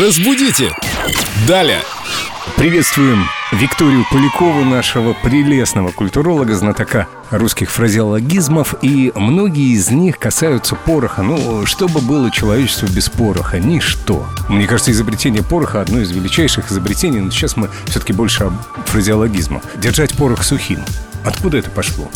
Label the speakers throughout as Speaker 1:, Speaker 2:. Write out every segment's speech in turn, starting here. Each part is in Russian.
Speaker 1: Разбудите! Далее!
Speaker 2: Приветствуем Викторию Полякову, нашего прелестного культуролога, знатока русских фразеологизмов, и многие из них касаются пороха. Ну, что бы было человечеству без пороха? Ничто. Мне кажется, изобретение пороха одно из величайших изобретений, но сейчас мы все-таки больше об фразеологизмах. Держать порох сухим. Откуда это пошло?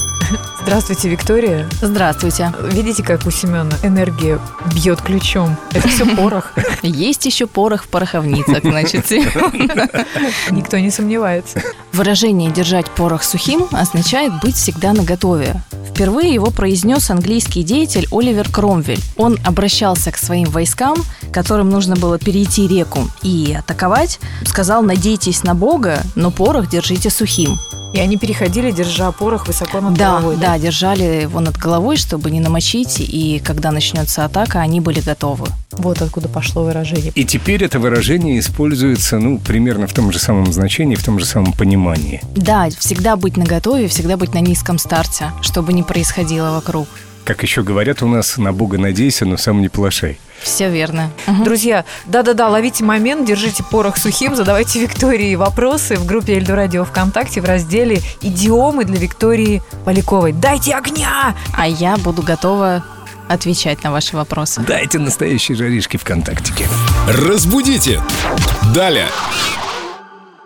Speaker 3: Здравствуйте, Виктория.
Speaker 4: Здравствуйте.
Speaker 3: Видите, как у Семена энергия бьет ключом? Это все порох.
Speaker 4: Есть еще порох в пороховницах, значит.
Speaker 3: Никто не сомневается.
Speaker 4: Выражение «держать порох сухим» означает быть всегда наготове. Впервые его произнес английский деятель Оливер Кромвель. Он обращался к своим войскам, которым нужно было перейти реку и атаковать. Сказал «надейтесь на Бога, но порох держите сухим».
Speaker 3: И они переходили, держа порох высоко над
Speaker 4: да,
Speaker 3: головой.
Speaker 4: да, держали его над головой, чтобы не намочить, и когда начнется атака, они были готовы.
Speaker 3: Вот откуда пошло выражение.
Speaker 2: И теперь это выражение используется, ну, примерно в том же самом значении, в том же самом понимании.
Speaker 4: Да, всегда быть наготове, всегда быть на низком старте, чтобы не происходило вокруг.
Speaker 2: Как еще говорят у нас, на Бога надейся, но сам не плашай.
Speaker 4: Все верно.
Speaker 3: Друзья, да-да-да, ловите момент, держите порох сухим, задавайте Виктории вопросы в группе Эльду Радио ВКонтакте в разделе «Идиомы для Виктории Поляковой». Дайте огня!
Speaker 4: А я буду готова отвечать на ваши вопросы.
Speaker 2: Дайте настоящие жаришки ВКонтактике.
Speaker 1: Разбудите! Далее!